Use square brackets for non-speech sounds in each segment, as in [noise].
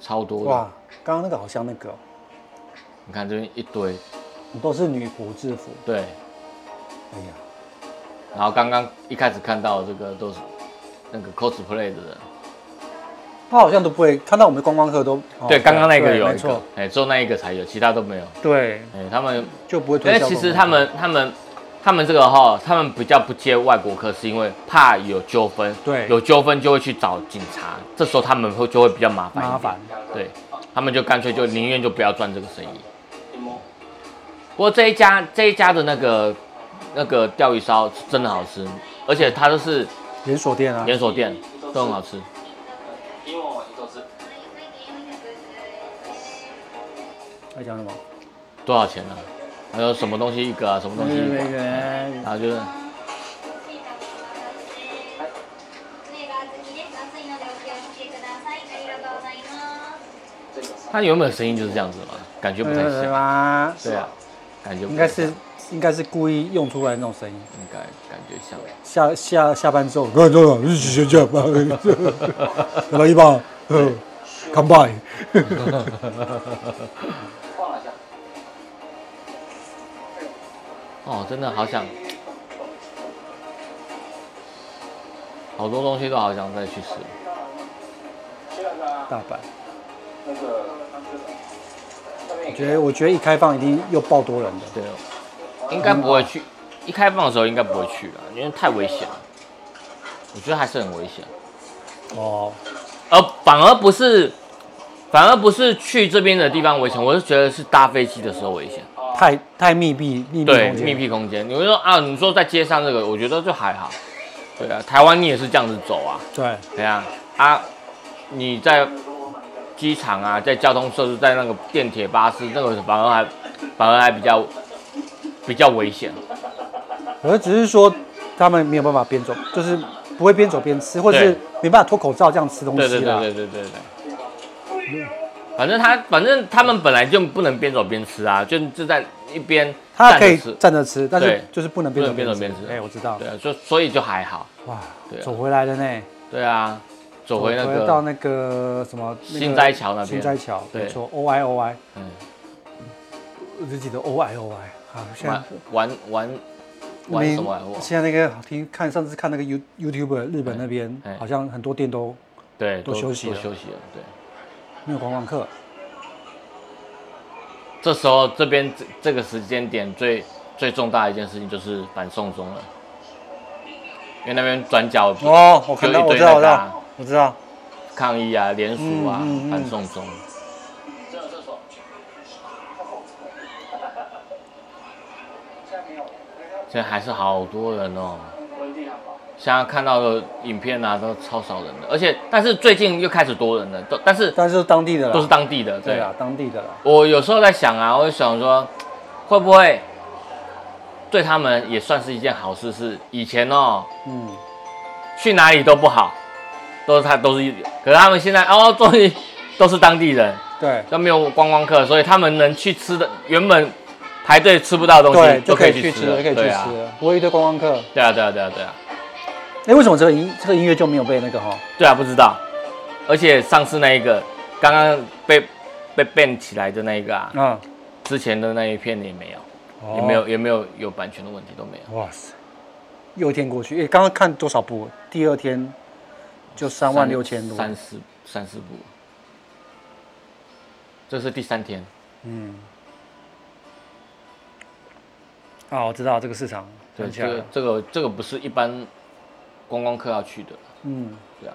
超多的。哇，刚刚那个好像那个哦、你看这边一堆，都是女仆制服。对。哎呀，然后刚刚一开始看到的这个都是那个 cosplay 的人，他好像都不会看到我们观光客都。哦对，刚刚那个对有没一错个，哎，只有那一个才有，其他都没有。对，哎，他们就不会推因为销。其实他们他们他们这个哈，他们比较不接外国客，是因为怕有纠纷。对有纠纷就会去找警察，这时候他们会就会比较麻烦。麻烦。。对，他们就干脆就宁愿就不要赚这个生意。不过这一家这一家的那个那个钓鱼烧是真的好吃，而且它都是连锁店啊，连锁店，都很好吃。在讲什么？多少钱呢、还有什么东西一个啊？什么东西嗯一个啊？然后就是它原本的声音就是这样子嘛，感觉不太对像。吧？对啊，感觉不嗯应太该像是应该是故意用出来那种声音。应该感觉像。下下下班之后，各位都一起休假吧，来一把，干杯！哦，真的好想，好多东西都好想再去吃。大阪。我觉得，我觉得一开放一定又爆多人的。对，应该不会去。一开放的时候应该不会去了，因为太危险了。我觉得还是很危险，哦，而反而不是，反而不是去这边的地方危险，我是觉得是搭飞机的时候危险。太太密闭，密闭对，空间。密闭空间。你会说啊，你说在街上这个，我觉得就还好。对啊，台湾你也是这样子走啊，对，对啊，啊，你在机场啊，在交通设施，在那个电铁、巴士，那个反而还反而还比较比较危险。而只是说他们没有办法边走，就是不会边走边吃，或者是对没办法脱口罩这样吃东对西啊对对啦。对对对对。反正他反正他们本来就不能边走边吃啊，就就在一边他站可着以吃。站着吃，但是对就是不能边走不能边边走边吃。吃哎，我知道对。啊，就所以就还好。哇对，啊走回来了呢，对啊，走回那个到那个什么那个新斋桥那边新斋桥，对没错，O I O I，嗯我只记得 O I O I 啊，现在玩玩玩玩什么玩你我？现在那个听看上次看那个 You YouTuber 日本那边哎哎，好像很多店都对，都休息了都休息了。对，没有观光客，这时候这边这这个时间点最最重大的一件事情就是反送中了，因为那边转角哦，我就看一到，我堆知那道，我知个啊道，我知道。抗议啊、联署啊嗯嗯嗯、反送中。现在还是好多人哦，现在看到的影片啊，都超少人的，而且但是最近又开始多人了，都但是但是都是当地的啦，都是当地的，啊对对啦，当地的啦。我有时候在想啊，我就想说，会不会对他们也算是一件好事？是以前哦，嗯，去哪里都不好，都是他都是，可是他们现在哦，终于 [laughs] 都是当地人，对都没有观光客，所以他们能去吃的原本排队吃不到的东西对，就可以去去吃吃了，可以去对吃啊，了，不会一堆观光客。对啊，对啊，对啊，对啊，哎，为什么这个音这个音乐就没有被那个哈？对啊，不知道。而且上次那一个刚刚被被 ban 起来的那一个啊，啊，之前的那一片也没有，哦也没有，也没有有版权的问题都没有。哇塞，又一天过去，哎，刚刚看多少部？第二天就三万六千多。三四三四部，这是第三天，嗯。啊，我知道这个市场对，很这强。个这个这个不是一般观光客要去的，嗯，对啊。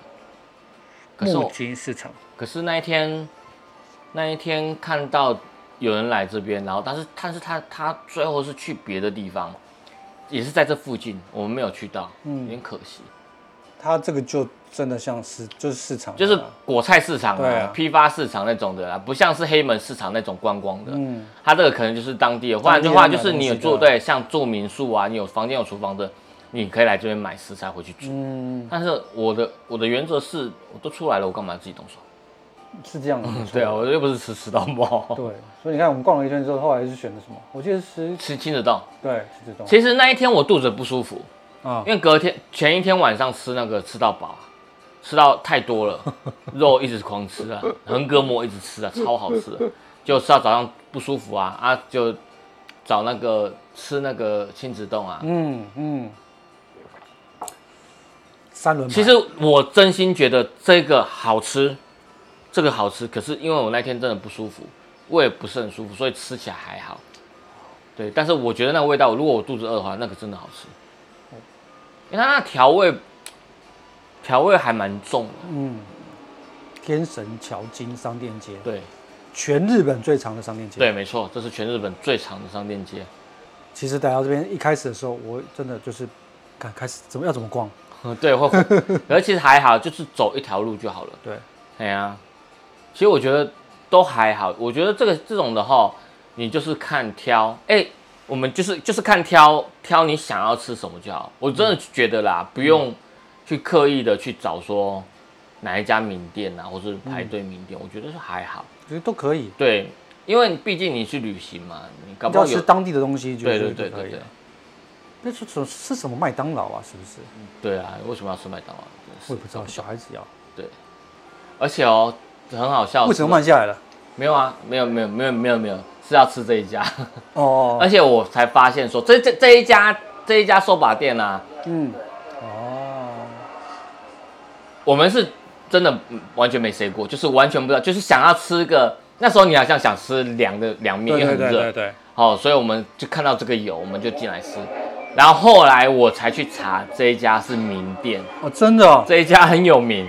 可是木我金市场。可是那一天那一天看到有人来这边，然后但是但是他他最后是去别的地方，也是在这附近，我们没有去到，嗯有点可惜。它这个就真的像是就是市场，就是果菜市场对啊、啊批发市场那种的啦，不像是黑门市场那种观光的。嗯它这个可能就是当地的，换当地句人话买就是你有东西住的对，像住民宿啊，你有房间有厨房的，你可以来这边买食材回去煮。嗯但是我的我的原则是，我都出来了，我干嘛自己动手？是这样的，对啊，我又不是吃吃到饱，对，所以你看我们逛了一圈之后，后来是选的什么？我记得是 [laughs] 吃亲子冻。对是这种其实那一天我肚子不舒服，啊因为隔天前一天晚上吃那个吃到饱啊，吃到太多 [laughs] 了，肉一直狂吃啊，横膈膜一直吃啊，超好吃的，就吃到早上不舒服啊啊，就找那个吃那个亲子冻啊。嗯嗯，三轮。其实我真心觉得这个好吃，这个好吃，可是因为我那天真的不舒服，胃不是很舒服，所以吃起来还好。对，但是我觉得那个味道，如果我肚子饿的话，那个真的好吃，因为它那调味调味还蛮重的。天神桥金商店街，对全日本最长的商店街。对，没错，这是全日本最长的商店街。 [laughs] 其实来到这边一开始的时候，我真的就是，看开始怎么要怎么逛。嗯，对，会混，而其实还好，就是走一条路就好了。对，哎呀、其实我觉得都还好。我觉得这个这种的哈，你就是看挑，哎、我们就是就是看挑挑你想要吃什么就好。我真的觉得啦，嗯不用去刻意的去找说哪一家名店啊，或是排队名嗯店，我觉得是还好。我觉得都可以，对，因为毕竟你去旅行嘛，你搞只不要好吃啊有当地的东西，就对是对对可对以对了。那是什是什么麦当劳啊？是不是？对啊！为什么要吃麦当劳？我也不知道，小孩子要。而且哦，很好笑的是。为什么慢下来了？没有啊，没有没有没有没有没有，是要吃这一家，哦，而且我才发现说，这这这一家这一家手把店啊，嗯，哦，我们是真的嗯完全没谁过，就是完全不知道，就是想要吃个那时候你好像想吃凉的凉面，对因为对很对对热，对，好、所以我们就看到这个有，我们就进来吃，然后后来我才去查这一家是名店，哦，真的哦。这一家很有名，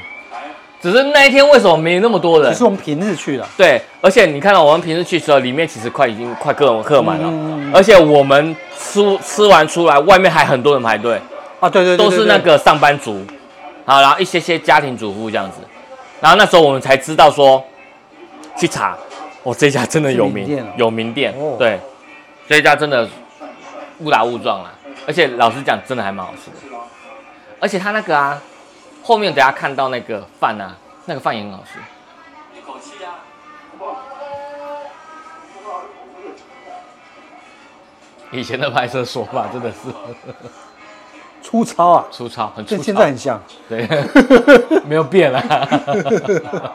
只是那一天为什么没那么多人其？实我们平日去的，对，而且你看到我们平时去的时候，里面其实快已经快客客满了，嗯而且我们吃吃完出来，外面还很多人排队，啊，对对对，都对是对那个上班族，好，然后一些些家庭主妇这样子，然后那时候我们才知道说，去查，哦，这家真的有是名，名店哦有名店，哦对，这家真的误打误撞啦，而且老实讲，真的还蛮好吃的，而且他那个啊，后面等下看到那个饭啊，那个饭也很好吃。啊以前的拍摄手法真的是粗糙啊，粗糙，很粗跟糙。现在很像。对， [laughs] 没有变啊啦。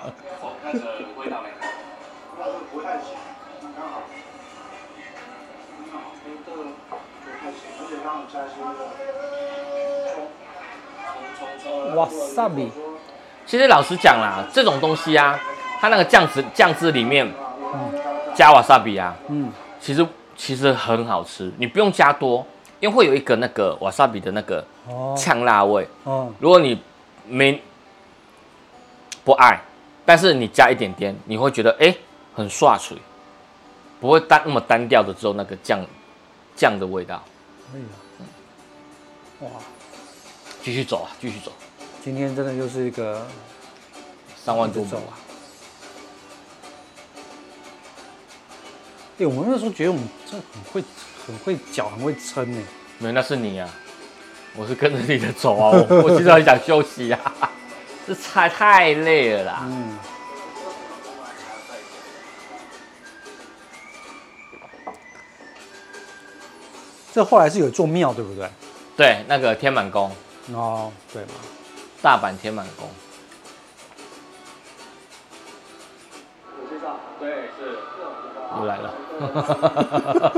哇塞米，其实老实讲啦，这种东西啊，它那个酱汁酱汁里面、加瓦萨比啊，嗯，其实其实很好吃，你不用加多，因为会有一个那个瓦萨比的那个哦呛辣味。哦，如果你没不爱，但是你加一点点，你会觉得哎、诶很刷水，不会单那么单调的只有那个酱酱的味道。可以啊。哇，继续走啊，继续走，今天真的又是一个三万多步走啊啊。哎、我们那时候觉得我们这很会、很会脚、很会撑欸呢、没有，那是你啊，我是跟着你的走啊，我 [laughs] 我其实很想休息啊， [laughs] 这太太累了啦。嗯，这后来是有座庙，对不对？对，那个天满宫，哦，对嘛。大阪天满宫。又来了， [laughs] 看到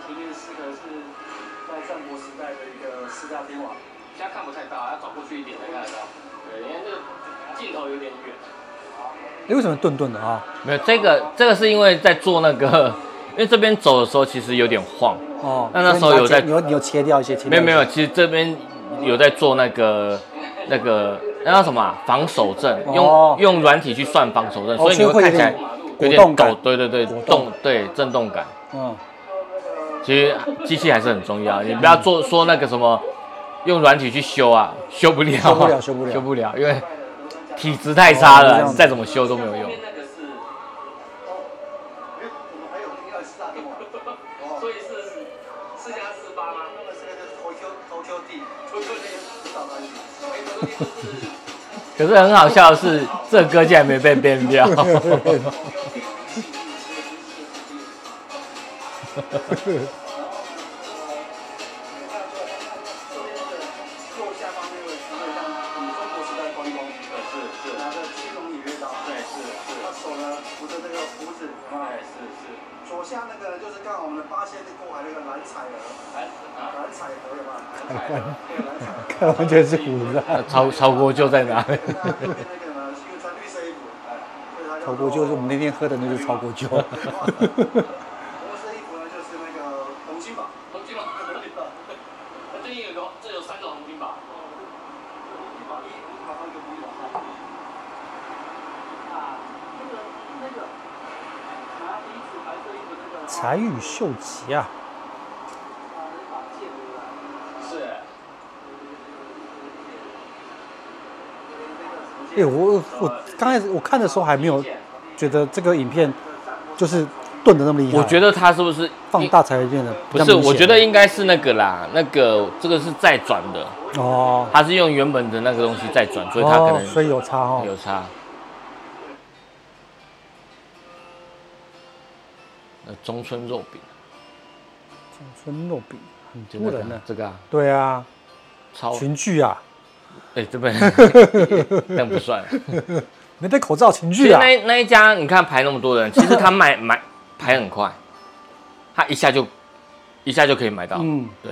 前面四个是在战国时代的一个四大天王，现在看不太到，要转过去一点才看得到。对，因为这个镜头有点远。哎，为什么顿顿的啊？没有这个，这个是因为在做那个，因为这边走的时候其实有点晃，哦，那那时候有在所以你把它切你有你有切掉一些，切掉没有没有，一些其实这边有在做那个那个那叫什么啊、防守阵，用、哦用软体去算防守阵，哦所以你所以会会看起来有有点点果冻抖，感对对对，动对震动感。嗯，其实机器还是很重要，你不要做说那个什么用软体去修啊，修不了啊，修不了修不了修不了，因为体质太差哦这了，样你子再怎么修都没有后用面。那个是，我们还有第二十大天王，所以是四加四八吗？那是那个头丘头丘地，不是，知道吗？哎，这个地方是。可是很好笑的是，这歌竟然没被变掉。 [laughs] 右下方那个词汇上，手呢扶着那个胡子，有哎，没有是是，左下那个就是刚好我们的八仙过海那个蓝采儿，蓝啊，蓝采儿有吧？蓝采儿，那个蓝采儿，看完全是唬人的。那曹曹国舅在哪里？那右边那个呢是因为穿绿色衣服，哎，所以他叫炒果酒是我们那天喝的那只炒 [laughs] 果酒，红色衣服呢就是那个红金宝，红金宝，我最近有个，这有三个红金宝，红金宝一，红金宝二，一个红金宝二。啊，那个那个，拿衣服白色衣服那个，柴与秀吉啊，是，哎、我我刚开始我看的时候还没有觉得这个影片就是炖的那么厉害，我觉得他是不是放大才变得比不较是？明显我觉得应该是那个啦，那个这个是再转的，哦他是用原本的那个东西再转，所以他可哦，所能以有差有哦，差。那中村肉饼，中村肉饼很就多那个人嗯呢啊，这个啊，对啊，超群聚啊，哎这边 [laughs] 那不算。没戴口罩群其聚实啊，那那一家，你看排那么多人，其实他买 [laughs] 买排很快，他一下就一下就可以买到。嗯，对，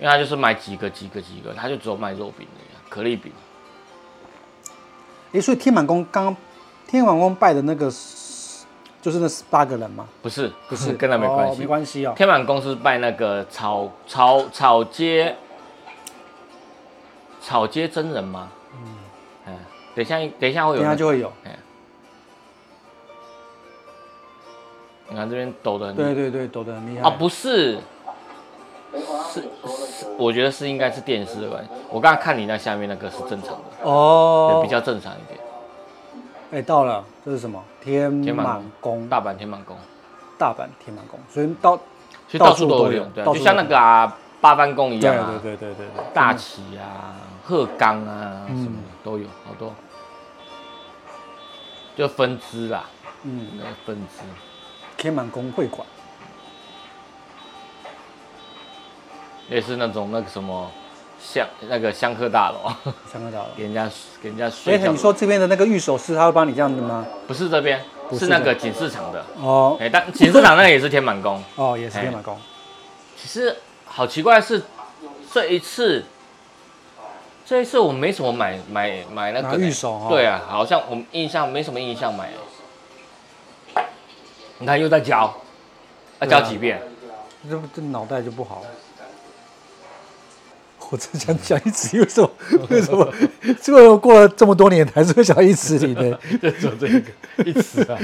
因为他就是买几个几个几个，他就只有卖肉饼的呀，可丽饼。哎、所以天满宫刚天满宫拜的那个就是那十八个人嘛，不是，不是跟他没关哦系。没关系哦，天满公司拜那个草草草街，草街真人吗？嗯，等一下，等一下会有等那一下个、就会有，你看这边抖的很对对对，抖得很厉害嗯啊，不是，是是，我觉得是应该是电视的关系。我刚刚看你那下面那个是正常的，哦，对，比较正常一点。哎、到了，这是什么？天满宫，大阪天满宫，大阪天满宫，所以到其实到到处处都都有有用，对啊，到就处像都那个啊八幡宫一对样啊对，对对对对，大崎啊、鹤冈啊什嗯么的都有，好多，就分支啦，嗯，那个分支。天满宫会馆，也是那种那个什么香那个香客大楼， [laughs] 香港岛了。给人家给人家所以睡觉的。你说这边的那个御守是他会帮你这样的吗？不是这边，不是是那这个锦市场的。哦哎、但锦市场那个也是天满宫。哦，也是天满宫，其实好奇怪的是，这一次，这一次我没什么买买买那拿个御守哦对啊，好像我们印象没什么印象买。你看又在教，要教几遍？这这脑袋就不好。 [laughs] 我真想讲一直为什么为什么这个过了这么多年还是会想到一直里呢？ [laughs] 就走这个一词 [laughs] 啊。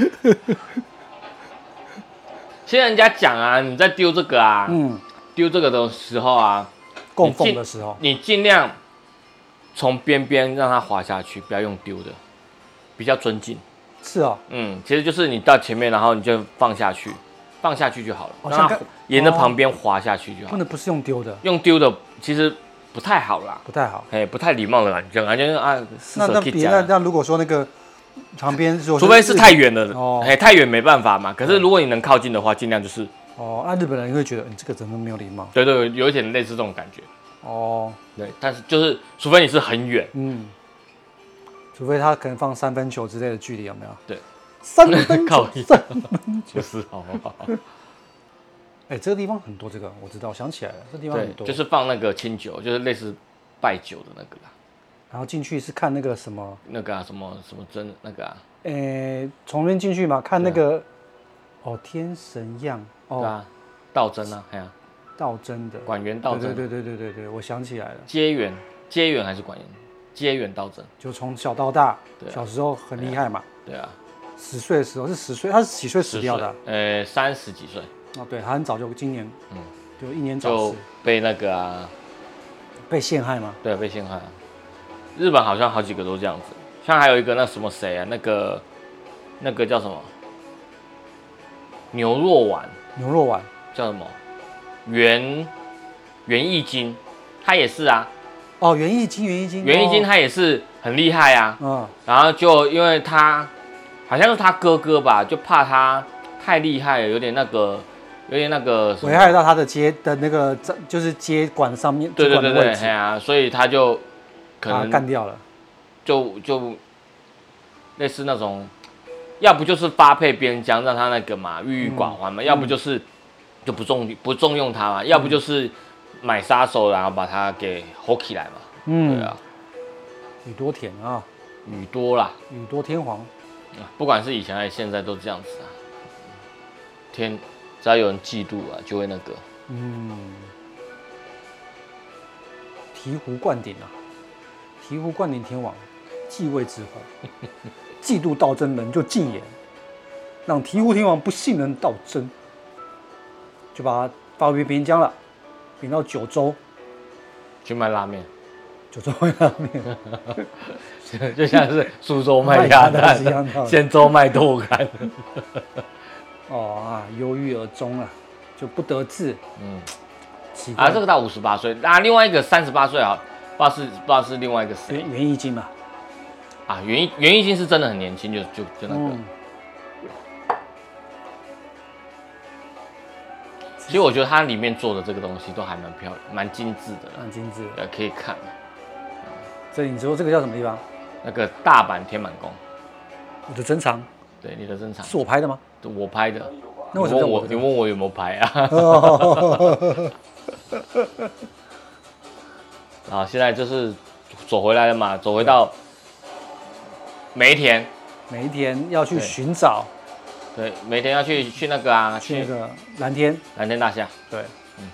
其实人家讲啊，你在丢这个啊， [laughs] 嗯，丢这个的时候啊，供奉的时候，你尽量从边边让它滑下去，不要用丢的，比较尊敬。是哦，嗯，其实就是你到前面，然后你就放下去，放下去就好了，哦让像它刚沿着哦旁边滑下去就好。不能不是用丢的，用丢的其实不太好啦，不太好。哎，不太礼貌的感觉，感觉啊，那那可以别那那如果说那个旁边如果除非是太日远了，哦哎，太远没办法嘛。可是如果你能靠近的话，尽量就是，哦，那日本人会觉得你这个真的没有礼貌对对，有一点类似这种感觉。哦，对，但是就是，除非你是很远，嗯，除非他可能放三分球之类的距离有没有？对，三 [laughs] 分靠球近，三，就是好不 [laughs] 好？啊哎、这个地方很多这个我知道，我想起来了，这地方对很，多，就是放那个清酒，就是类似拜酒的那个啦，然后进去是看那个什么，那个啊什么什么真那个啊，哎、从那边进去嘛，看那个、哦天神样啊对哦啊，道真啊，哎呀，道真的，管元道对对真，对对对对，我想起来了，接远接远还是管元，接远道真，就从小到大对，啊小时候很厉害嘛，对啊，十岁的时候是十岁，他是几岁死十掉的岁啊、，呃，三十几岁哦，对，他很早就今年，嗯嗯，就一年早就逝，被那个啊，被陷害吗？对啊，被陷害啊。日本好像好几个都这样子，像还有一个那什么谁啊，那个那个叫什么牛肉丸，牛肉丸，叫什么袁袁义经，他也是啊，哦，园艺金，园艺金，袁义经哦，他也是很厉害啊。嗯，然后就因为他好像是他哥哥吧，就怕他太厉害了，有点那个，有点那个什么危害。到他的接的那个，就是接管上面对接对管的对对，位哎置，呀、所以他就可把他干能掉了。就就类似那种要不就是发配边疆，让他那个嘛郁郁寡嗯欢嘛，要不就是就不重不重用他嘛，要不就是买杀手然后把他给 hold 起来嘛。对嗯啊，，宇多田啊，雨多啦，宇多天皇，不管是以前还是现在都这样子啊。天，只要有人嫉妒啊，就会那个。嗯，醍醐灌顶啊，醍醐灌顶天王继位之后， [laughs] 嫉妒道真人就禁言，让醍醐天王不信任道真，就把他发回边疆了，贬到九州，去卖拉面， [laughs] 九州会拉面。就像是苏州卖鸭卖鸭蛋是一样道蛋，[laughs] 理仙州卖豆 [laughs] 干。 [laughs] 哦啊，忧郁而终啊，就不得志。嗯，奇怪，啊，这个到五十八岁，啊，另外一个三十八岁啊，不知道是不知道是另外一个谁袁袁义经嘛，啊？袁一袁一金是真的很年轻，就就就那个。嗯，其实我觉得它里面做的这个东西都还蛮漂亮、蛮精致的啦，很精致。呃，可以看这你说这个叫什么地方？那个大阪天满宫，我的珍藏对你的珍藏，是我拍的吗？我拍的。那你为什么叫问我我，你的珍藏？问我有没有拍啊？哦啊，现在就是走回来了嘛，走回到梅田， [laughs] 每一天要去对寻找对，梅田要去去那个啊，去那去个蓝天。蓝天大厦，对，嗯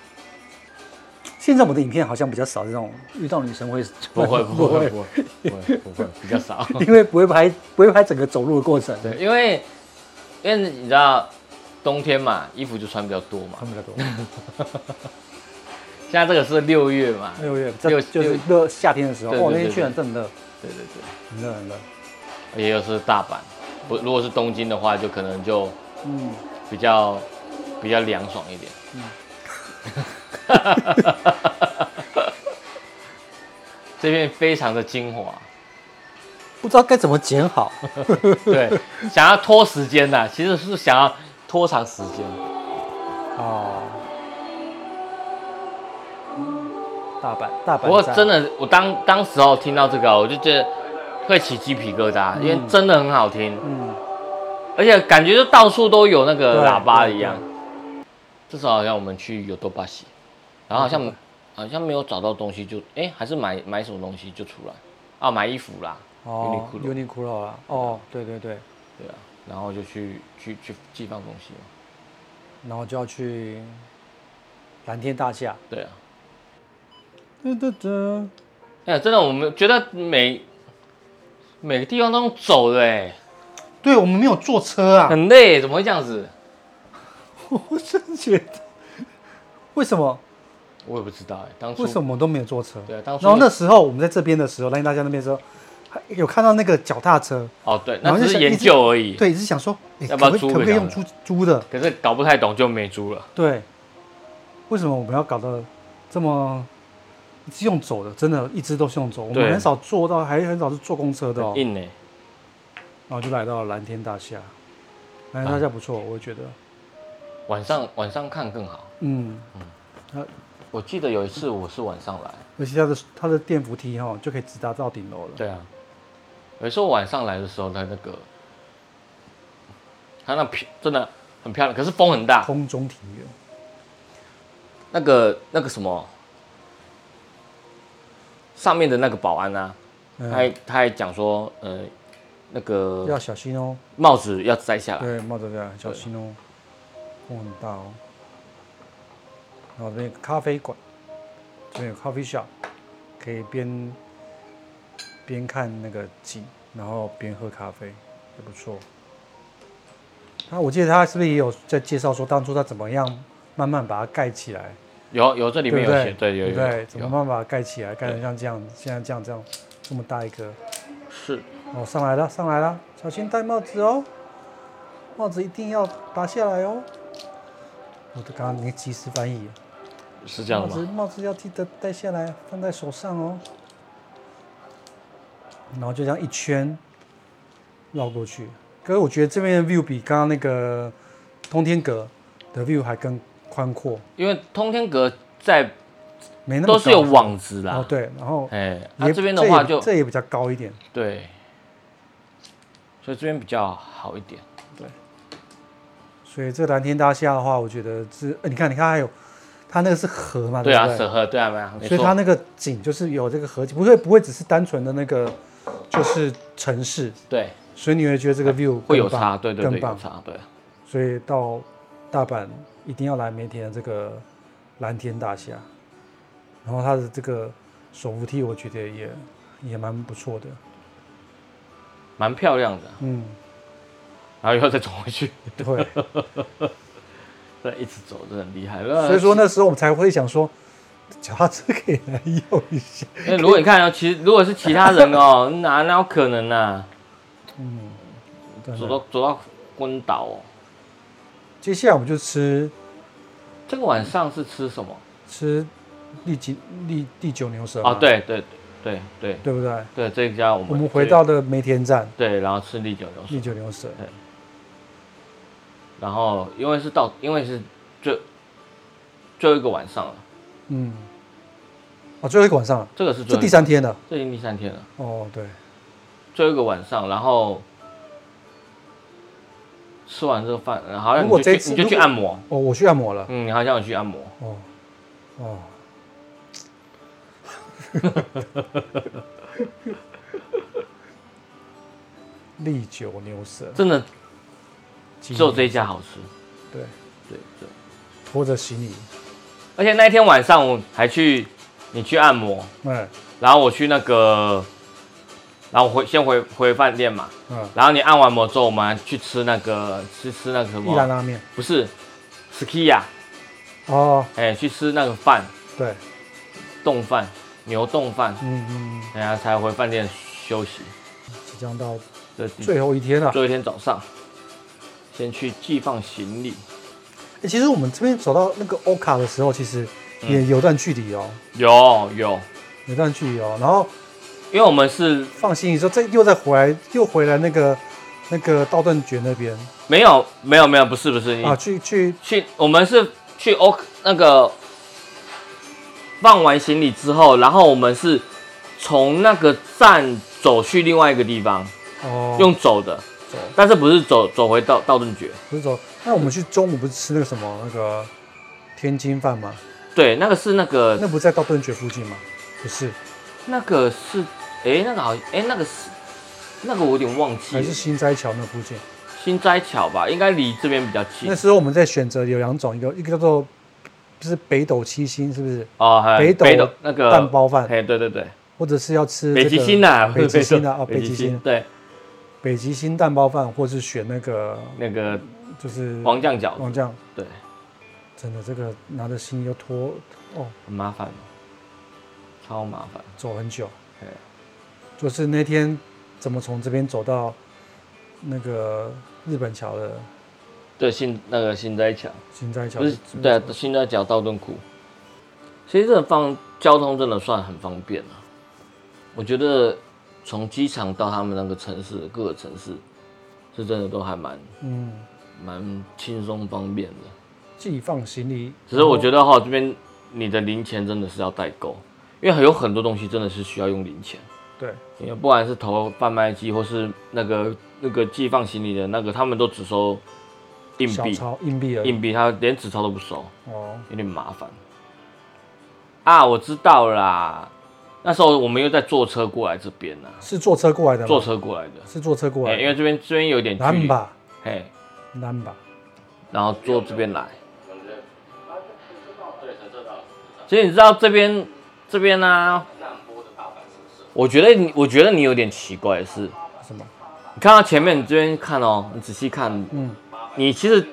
现在我的影片好像比较少这种遇到女生会 [laughs] [laughs] 不会不会不会不会不会，比较少。 [laughs] [laughs] 因为不会拍不会拍整个走路的过程，对，因为因为你知道冬天嘛，衣服就穿比较多嘛看。不了多。现在这个是六月嘛，六月六这就是六热夏天的时候，对哦，那对天对去很真的热，对对对，很热很热。也有是大阪，不如果是东京的话，就可能就嗯，比较比较凉爽一点。 [laughs] 这边非常的精华，不知道该怎么剪好。 [laughs] 对，想要拖时间呐、其实是想要拖长时间。 [laughs] 哦，嗯大阪，大阪站。不过真的，我当当时候听到这个，啊我就觉得会起鸡皮疙瘩，因为真的很好听，嗯，而且感觉就到处都有那对个喇叭一样对。这次好像我们去有多巴西，然后好像好像没有找到东西就，哎还是买买什么东西就出来啊，买衣服啦，哦 Uniqlo ，Uniqlo 啦，哦，对对对，对啊，然后就去去去寄放东西嘛，然后就要去蓝天大厦。对啊，哒哒哒，哎、真的我们觉得每每个地方都用走的哎、对我们没有坐车啊，很累，怎么会这样子？ [laughs] 我真觉得，为什么我也不知道哎、当初为什么都没有坐车？对当初然后那时候我们在这边的时候，蓝天大厦那边的时候，还有看到那个脚踏车，哦对，然那后只就是想研究而已，对，只是想说，哎要不要可租不可以可不可给以他用们租租的？可是搞不太懂就没租了。对，为什么我们要搞得这么是用走的？真的，一直都是用走，我对们很少坐到，还很少是坐公车的、哦。硬呢、然后就来到了蓝天大厦，蓝天大厦不错，我觉得，晚上晚上看更好。嗯，我记得有一次我是晚上来，尤其它的它的电扶梯哈、哦，就可以直达到顶楼了。对啊，有时候晚上来的时候，它那个，它那漂真的很漂亮，可是风很大。空中庭院，那个那个什么，上面的那个保安啊，他还嗯，他还讲说，呃，那要个小心哦。帽子要摘下来。对，冒着这样，小心哦，风很大哦。然后这边有咖啡馆，这边有 coffee shop，可以边边看那个景，然后边喝咖啡，也不错。他、我记得他是不是也有在介绍说，当初他怎么样慢慢把它盖起来，有有这里对面不有对写，？对有对不对，怎有有么慢慢把它盖起来，盖成像这样，现在这样这样这么大一个。是哦，上来了，上来了，小心戴帽子哦，帽子一定要拔下来哦。我的刚刚你及时翻译，是这帽样子吗？帽子要记得戴下来，放在手上哦。然后就这样一圈绕过去。可是我觉得这边的 view 比刚刚那个通天阁的 view 还更宽阔，因为通天阁在没那么都是有高哦网啊子啦。哦，对，然后哎，也那这边的话也就这也比较高一点，对，所以这边比较好一点。所以这蓝天大虾的话，我觉得是，呃你看，你看还有，它那个是河嘛，对不啊，对？舍河对啊，没啊没所以它错，那个景就是有这个河景，不会不会只是单纯的那个就是城市，对，所以你会觉得这个 view 哎会有更棒差，对对对，更有棒。差，对。啊所以到大阪一定要来梅田的这个蓝天大厦，然后它的这个手扶梯，我觉得也也蛮不错的，蛮漂亮的，嗯，然后以后再走回去，对。对，一直走，真的很厉害。呃那所以说那时候我们才会想说，脚踏车可以来用一下，因为如果你看哦，其实如果是其他人哦， [laughs] 哪哪有可能啊？嗯，对走到走到昏倒哦。接下来我们就吃这个晚上是吃什么？吃第几第第九牛舌嘛哦，，对对对对对不对？对，这一家我们我们回到的梅田站对，然后吃利久牛第舌，九牛舌，然后因为是到因为是最最后一个晚上了，嗯，哦，最后一个晚上了，这个是最这后一个，第三天了，这已经第三天了，哦，对，最后一个晚上，然后吃完这个饭，然后好像如果你这就次去你就去如果按摩，哦，我去按摩了，嗯，你好像有去按摩，哦，哦， [laughs] 利久牛舌，真的只只有这一家好吃，对，对对。拖着行李，而且那一天晚上我还去你去按摩，嗯然后我去那个，然后我回先回回饭店嘛，嗯，然后你按完摩之后，我们还去吃那个吃吃那个什一兰么？拉面，不是 skia，哦，哎、去吃那个饭对，冻饭牛冻饭，嗯嗯，等下才回饭店休息。嗯即将到这第最后一天了。啊最后一天早上，先去寄放行李，欸其实我们这边走到那个欧卡的时候，其实也有段距离哦，有有，有段距离哦。然后因为我们是放行李之后，再又再回来，又回来那个那个道顿崛那边没有没有没有，不是不是，你啊，去去去，我们是去欧那个放完行李之后，然后我们是从那个站走去另外一个地方，哦，用走的，走但是不是走走回道道顿崛？不是走。那我们去中午不是吃那个什么那个天津饭吗？对，那个是那个那不是在道顿崛附近吗？不是，那个是，诶，那个好，诶，那个是那个我有点忘记还是了，新斋桥那附近。新斋桥吧，应该离这边比较近那时候我们在选择有两种，一个一个叫做不是北斗七星，是不是？哦，还有北斗北斗那个蛋包饭哎，对对对，或者是要吃、这北个、极星呐，北极星啊，哦，北北极极星星，对，北极星蛋包饭，或是选那个那个就是黄酱饺王子，酱，对，真的这个拿着行李又拖哦，很麻烦，超麻烦。走很久对。就是那天怎么从这边走到那个日本桥的对，新那个新斋桥新斋桥不的是这边走？对啊，新斋桥道顿窟，其实这方交通真的算很方便了、我觉得从机场到他们那个城市，各个城市是真的都还蛮嗯，蛮轻松方便的。寄放行李。只是我觉得得哈，这边你的零钱真的是要代购，因为有很多东西真的是需要用零钱。对，因为不管是投贩卖机或是那个那个寄放行李的那个，他们都只收硬小币，钞硬币而已硬币他连纸钞都不收，哦，有点麻烦。啊，我知道啦，那时候我们又在坐车过来这边呢、是坐车过来的吗？坐车过来的，是坐车过哎、来的，因为这边这边有点距难离，吧嘿，难吧，然后坐这边来。其实你知道这边这边呢、我觉得你我觉得你有点奇怪的是，你什么？看到前面你这边看哦，你仔细看，嗯， [laughs] 你其实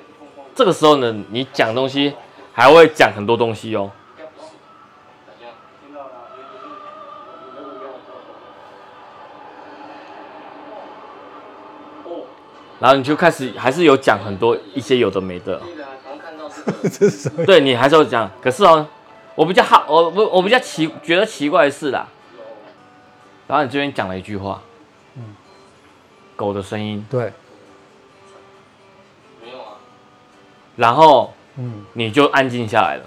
这个时候呢，你讲东西还会讲很多东西哦。然后你就开始还是有讲很多一些有的没的，啊这是 [laughs] 什么？对你还是有讲。可是哦，我比较好，我我我比较奇觉得奇怪的是啦，然后你这边讲了一句话，嗯狗的声音，对，啊然后嗯，你就安静下来了，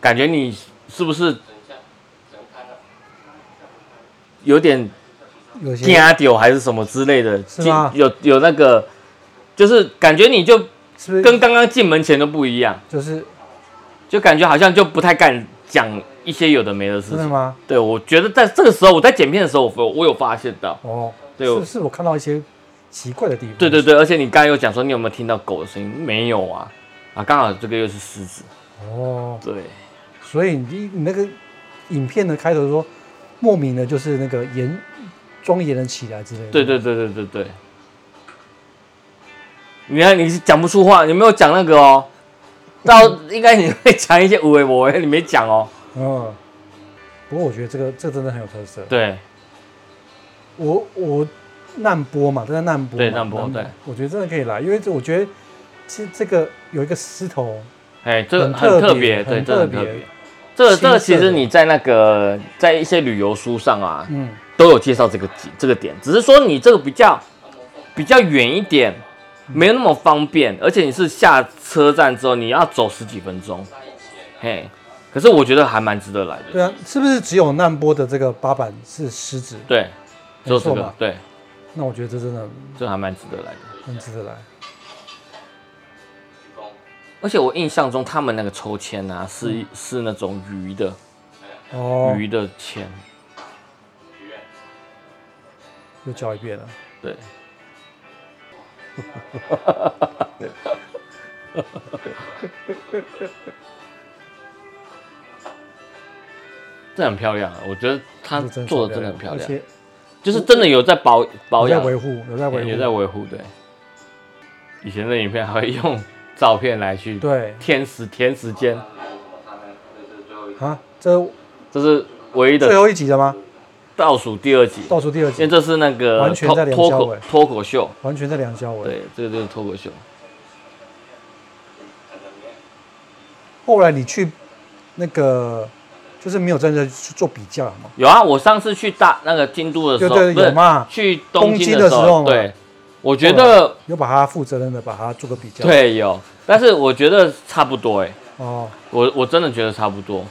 感觉你是不是有点有些惊丢还是什么之类的，是进吗有有那个，就是感觉你就是不是跟刚刚进门前都不一样，就是就感觉好像就不太敢讲一些有的没的事真的情。吗？对，我觉得在这个时候，我在剪片的时候，我有我有发现到，哦，对是我不是我看到一些奇怪的地方？对对对，而且你刚刚有讲说你有没有听到狗的声音？没有啊，啊，刚好这个又是狮子，哦，对，所以你你那个影片的开头说，莫名的就是那个严庄严了起来之类的。对对对对对对。你看你是讲不出话，你没有讲那个哦，到应该你会讲一些无为我为，你没讲哦。嗯，不过我觉得这个这个真的很有特色。对，我我难播嘛，这在难播嘛，对难播对我觉得真的可以来，因为这我觉得其实这个有一个狮头，哎，这个很很特特别别，对，很这个很特特别别。这个青色这的个其实你在那个在一些旅游书上啊，嗯，都有介绍这个这个点，只是说你这个比较比较远一点，没有那么方便，而且你是下车站之后你要走十几分钟，嘿，可是我觉得还蛮值得来的。对啊，是不是只有难播的这个八版是狮子？对，只有这没错个嘛，对，那我觉得这真的这还蛮值得来的。很值得来。而且我印象中他们那个抽签啊，是是那种鱼的嗯哦，鱼的签，又教一遍了。对。 [laughs] 这很漂亮啊！我觉得他这真做的真的很漂而亮，且就是真的有在保保有在养，维护，有在维护，也在维护。对，以前的影片还会用照片来去对填时填时间，啊，这这是唯一最的后一集了吗？倒数第二集。倒数第二因为集，这是那个完全脱在欸梁脱家口伟脱口秀，完全在梁家伟。对，这个就是脱口秀。后来你去那个，就是没有真的去做比较嘛？有啊，我上次去大那个京都的时候，对对不是有嘛去东东京京的的时时候嘛对，我觉得有把它负责任的把它做个比较。，对有，但是我觉得差不多哎、哦，我我真的觉得差不多，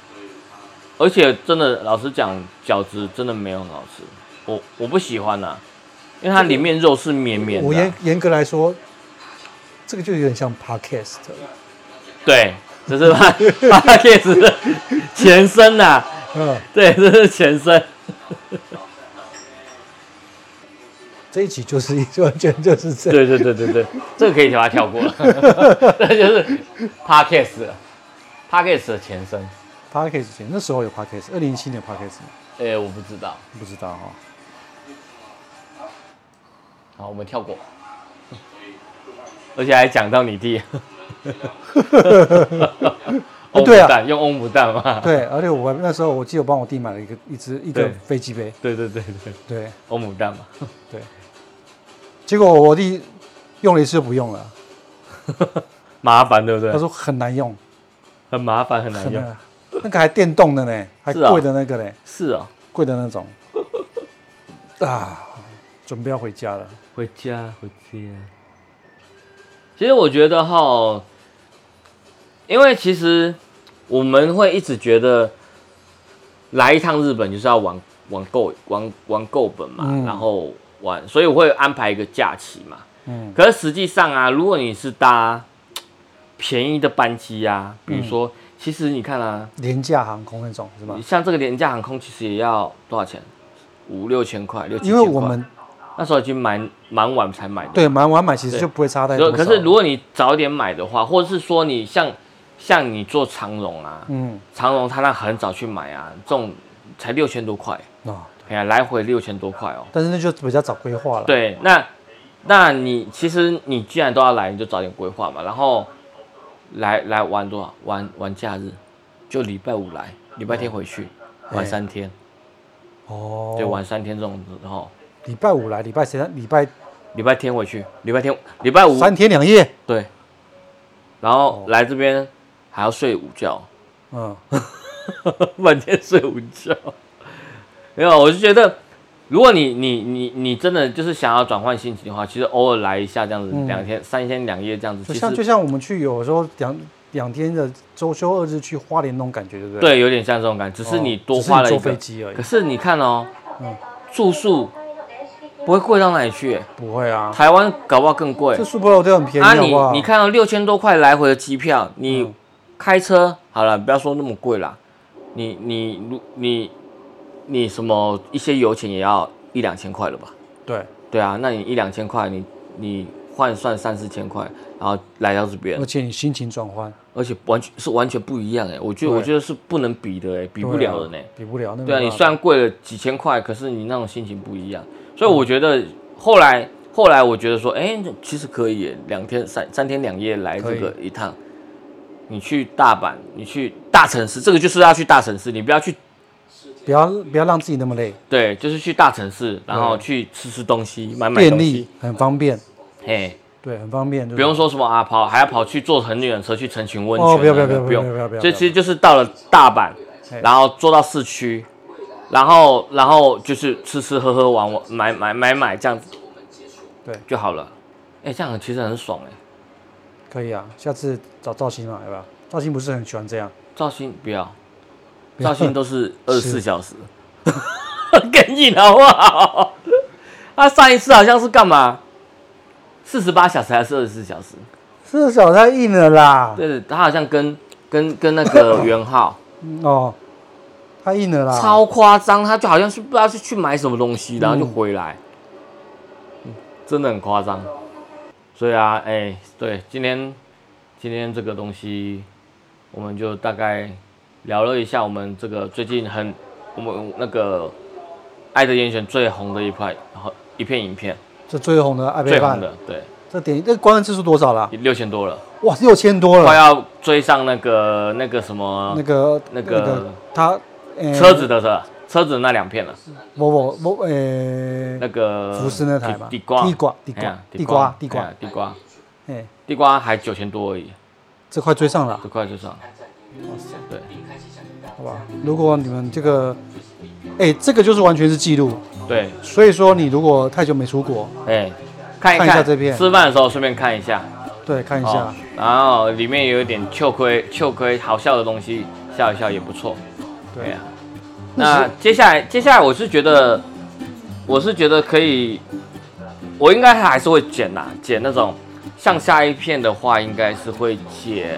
而且真的老实讲，饺子真的没有很好吃，我我不喜欢呐、啊因为它里面肉是绵绵我的啊、严严格来说，这个就有点像 podcast，对，这是 [laughs] 它它叶子的前身呐、嗯，对，这是前身，这一集就是 [laughs] 一完全就是这样。对对对对对，这个可以把它跳 [laughs] 过了，这就是 podcast 了 podcast 的前身。 podcast 前那时候有 podcast，二零一七年 podcast 吗哎、我不知道。不知 [laughs] 道哈、好，我们跳过。而且还讲到你弟。欧姆 [laughs] 对啊哦蛋，用欧姆蛋 [laughs] 嘛。对，而且我那时候我记得我帮我弟买了一个一只一个对飞机杯，对对对对，对欧姆蛋嘛。 [laughs] 对。结果我弟用了一次就不用了，麻烦对不他对？说很难用，很麻烦，很难很用。难，那个还电动的呢，还是啊贵的那个呢，是哦，贵的那种。啊，准备要回家了。回家回家。其实我觉得哈，因为其实我们会一直觉得来一趟日本就是要玩玩够玩玩够本嘛，嗯然后玩，所以我会安排一个假期嘛。嗯可是实际上啊，如果你是搭便宜的班机啊，比如嗯说，其实你看啊，廉价航空那种是吗你？像这个廉价航空，其实也要多少钱？五六千块，六七因千为块。我们那时候已经蛮蛮晚才买的，对买完买其实对就不会差太可多。可是如果你早点买的话，或者是说你像像你做长荣啊，嗯长荣他那很早去买啊，这种才六千多块，啊，哎呀，来回六千多块哦。但是那就比较早规划了。，对，那那你其实你既然都要来，你就早点规划嘛，然后来来玩多少？玩玩假日，就礼拜五来，礼拜天回去，玩三天，嗯哎哦，对，玩三天这种，然后礼拜五来，礼拜三，礼拜礼拜天回去，礼拜天礼拜五三天哦两夜。对，然后来这边还要睡午觉，嗯， [laughs] 半天睡午觉。没有，我是觉得，如果你你你你真的就是想要转换心情的话，其实偶尔来一下这样子，嗯两天三天两夜这样子，就其像实就像我们去有时候两两天的周休二日去花莲那种感觉，对不对？对，有点像这种感觉，只哦，是你多花了只是一你坐个。飞机而已可。是你看哦，嗯嗯住宿不会贵到哪里去、不会啊，台湾搞不好更贵这。Super Hotel 很便宜，啊好你不好？你看到六千多块来回的机票，你嗯开车好了，不要说那么贵啦，你你如你你什么一些油钱也要一两千块了吧？对，对啊，那你一两千块，你你换算三四千块，然后来到这边而，且你心情转换，而且完全是完全不一样哎、我觉得对我觉得是不能比的哎、比比不了的呢、比不了。那没对啊，办你法虽然贵了几千块，可是你那种心情不一样，所以我觉得后嗯来后来我觉得说，哎、其实可以耶两天三三天两夜来这个可一趟，你去大阪，你去大城市，这个就是要去大城市，你不要去不要不要让自己那么累，对，就是去大城市，然后对去吃吃东西，买买便东利西，很方便，嘿。对，很方便，就是不用说什么啊，跑还要跑去坐很远的车去成群温泉啊，哦不要不要不要那个不不要用不要不要所以不要其实就是到了大阪嘿，然后坐到市区，然后然后就是吃吃喝喝玩玩买买买买这样子，对就好了。哎、这样其实很爽哎、可以啊。下次找赵鑫嘛，对吧？赵鑫不是很喜欢这样，赵鑫不要，不要 [laughs] 赵鑫都 [laughs] 是二十四小时，更硬好不好？他上一次好像是干嘛？四十八小时还是二十四小时？至少太硬了啦，对，他好像跟跟跟那个袁浩。哦，太硬了啦，超夸张，他就好像是不知道是去买什么东西，然后就回来，嗯真的很夸张。所以啊，哎、对，今天今天这个东西，我们就大概聊了一下我们这个最近很我们那个《爱的严选》最红的一块，然后一片影片这最红的爱最贝红饭，的，对，这点这观看次数多少啦？六千多了，哇，六千多快了，要追上那个那个什么那个那个他呃车子的车车子那两片了，某某某呃那个福斯那台嘛地瓜地瓜地瓜哎呀地瓜地地瓜哎呀地瓜。哎，地瓜还九千多而已，这快追上了，很快就上。哦对，好吧？如果你们这个，哎，这个就是完全是记录，对，所以说你如果太久没出国，哎，看一看一下这片吃饭的时候顺便看一下，对，看一哦下，然后里面有一点秋葵，秋葵好笑的东西，笑一笑也不错。对啊对呀、那接下来，接下来我是觉得，我是觉得可以，我应该还是会剪啦，剪那种像下一片的话，应该是会剪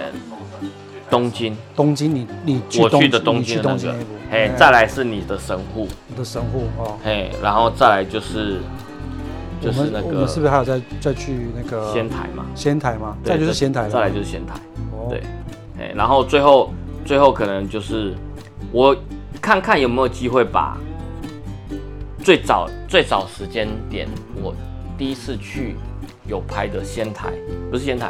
东京，东京，你你去我东去京，的东你去京的东那京个那一部，，哎，再来是你的神户。你的神户哦。嘿，然后再来就是就我是们那我个们是不是还有再再去那个仙台嘛，仙台嘛？对再就是仙台了，再来就是仙台，哦对，哎，然后最后最后可能就是我看看有没有机会把最早最早时间点我第一次去有拍的仙台，不是仙台，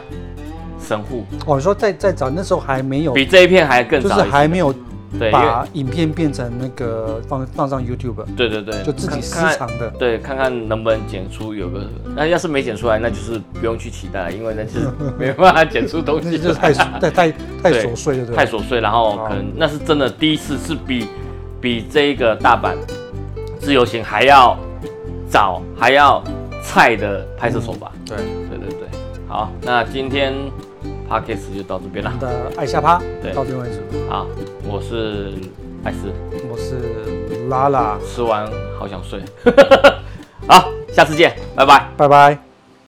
神户哦，你说再再早那时候还没有，比这一片还更哦就是早一些，还没有对，因为把影片变成那个放放上 YouTube，对对对，就自己看私看藏的对，看看能不能剪出有个，那要是没剪出来，那就是不用去期待了，因为那就是没办法剪出东 [laughs] 那西就是来，[laughs] 太太太太琐碎了，对吧？太琐碎，然后可能那是真的第一次是比比这个大阪自由行还要早还要菜的拍摄手法，对，对对对，好，那今天 podcast 就到这边了我们，的爱下趴对到这边为止，好，我是艾斯，我是拉拉， [laughs] 吃完好想睡，好，下次见，拜拜。拜拜。